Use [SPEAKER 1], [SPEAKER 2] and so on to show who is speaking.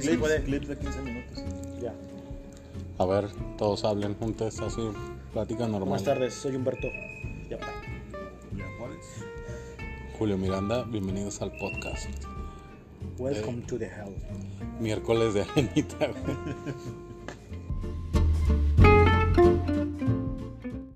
[SPEAKER 1] clip,
[SPEAKER 2] puede.
[SPEAKER 1] clip de 15 minutos.
[SPEAKER 2] Ya.
[SPEAKER 3] A ver, todos hablen juntos, así, plática normal.
[SPEAKER 2] Buenas tardes, soy Humberto. Ya pa.
[SPEAKER 1] Julián Juárez.
[SPEAKER 3] Julio Miranda, bienvenidos al podcast.
[SPEAKER 2] Welcome to the hell.
[SPEAKER 3] Miércoles de arenita, güey.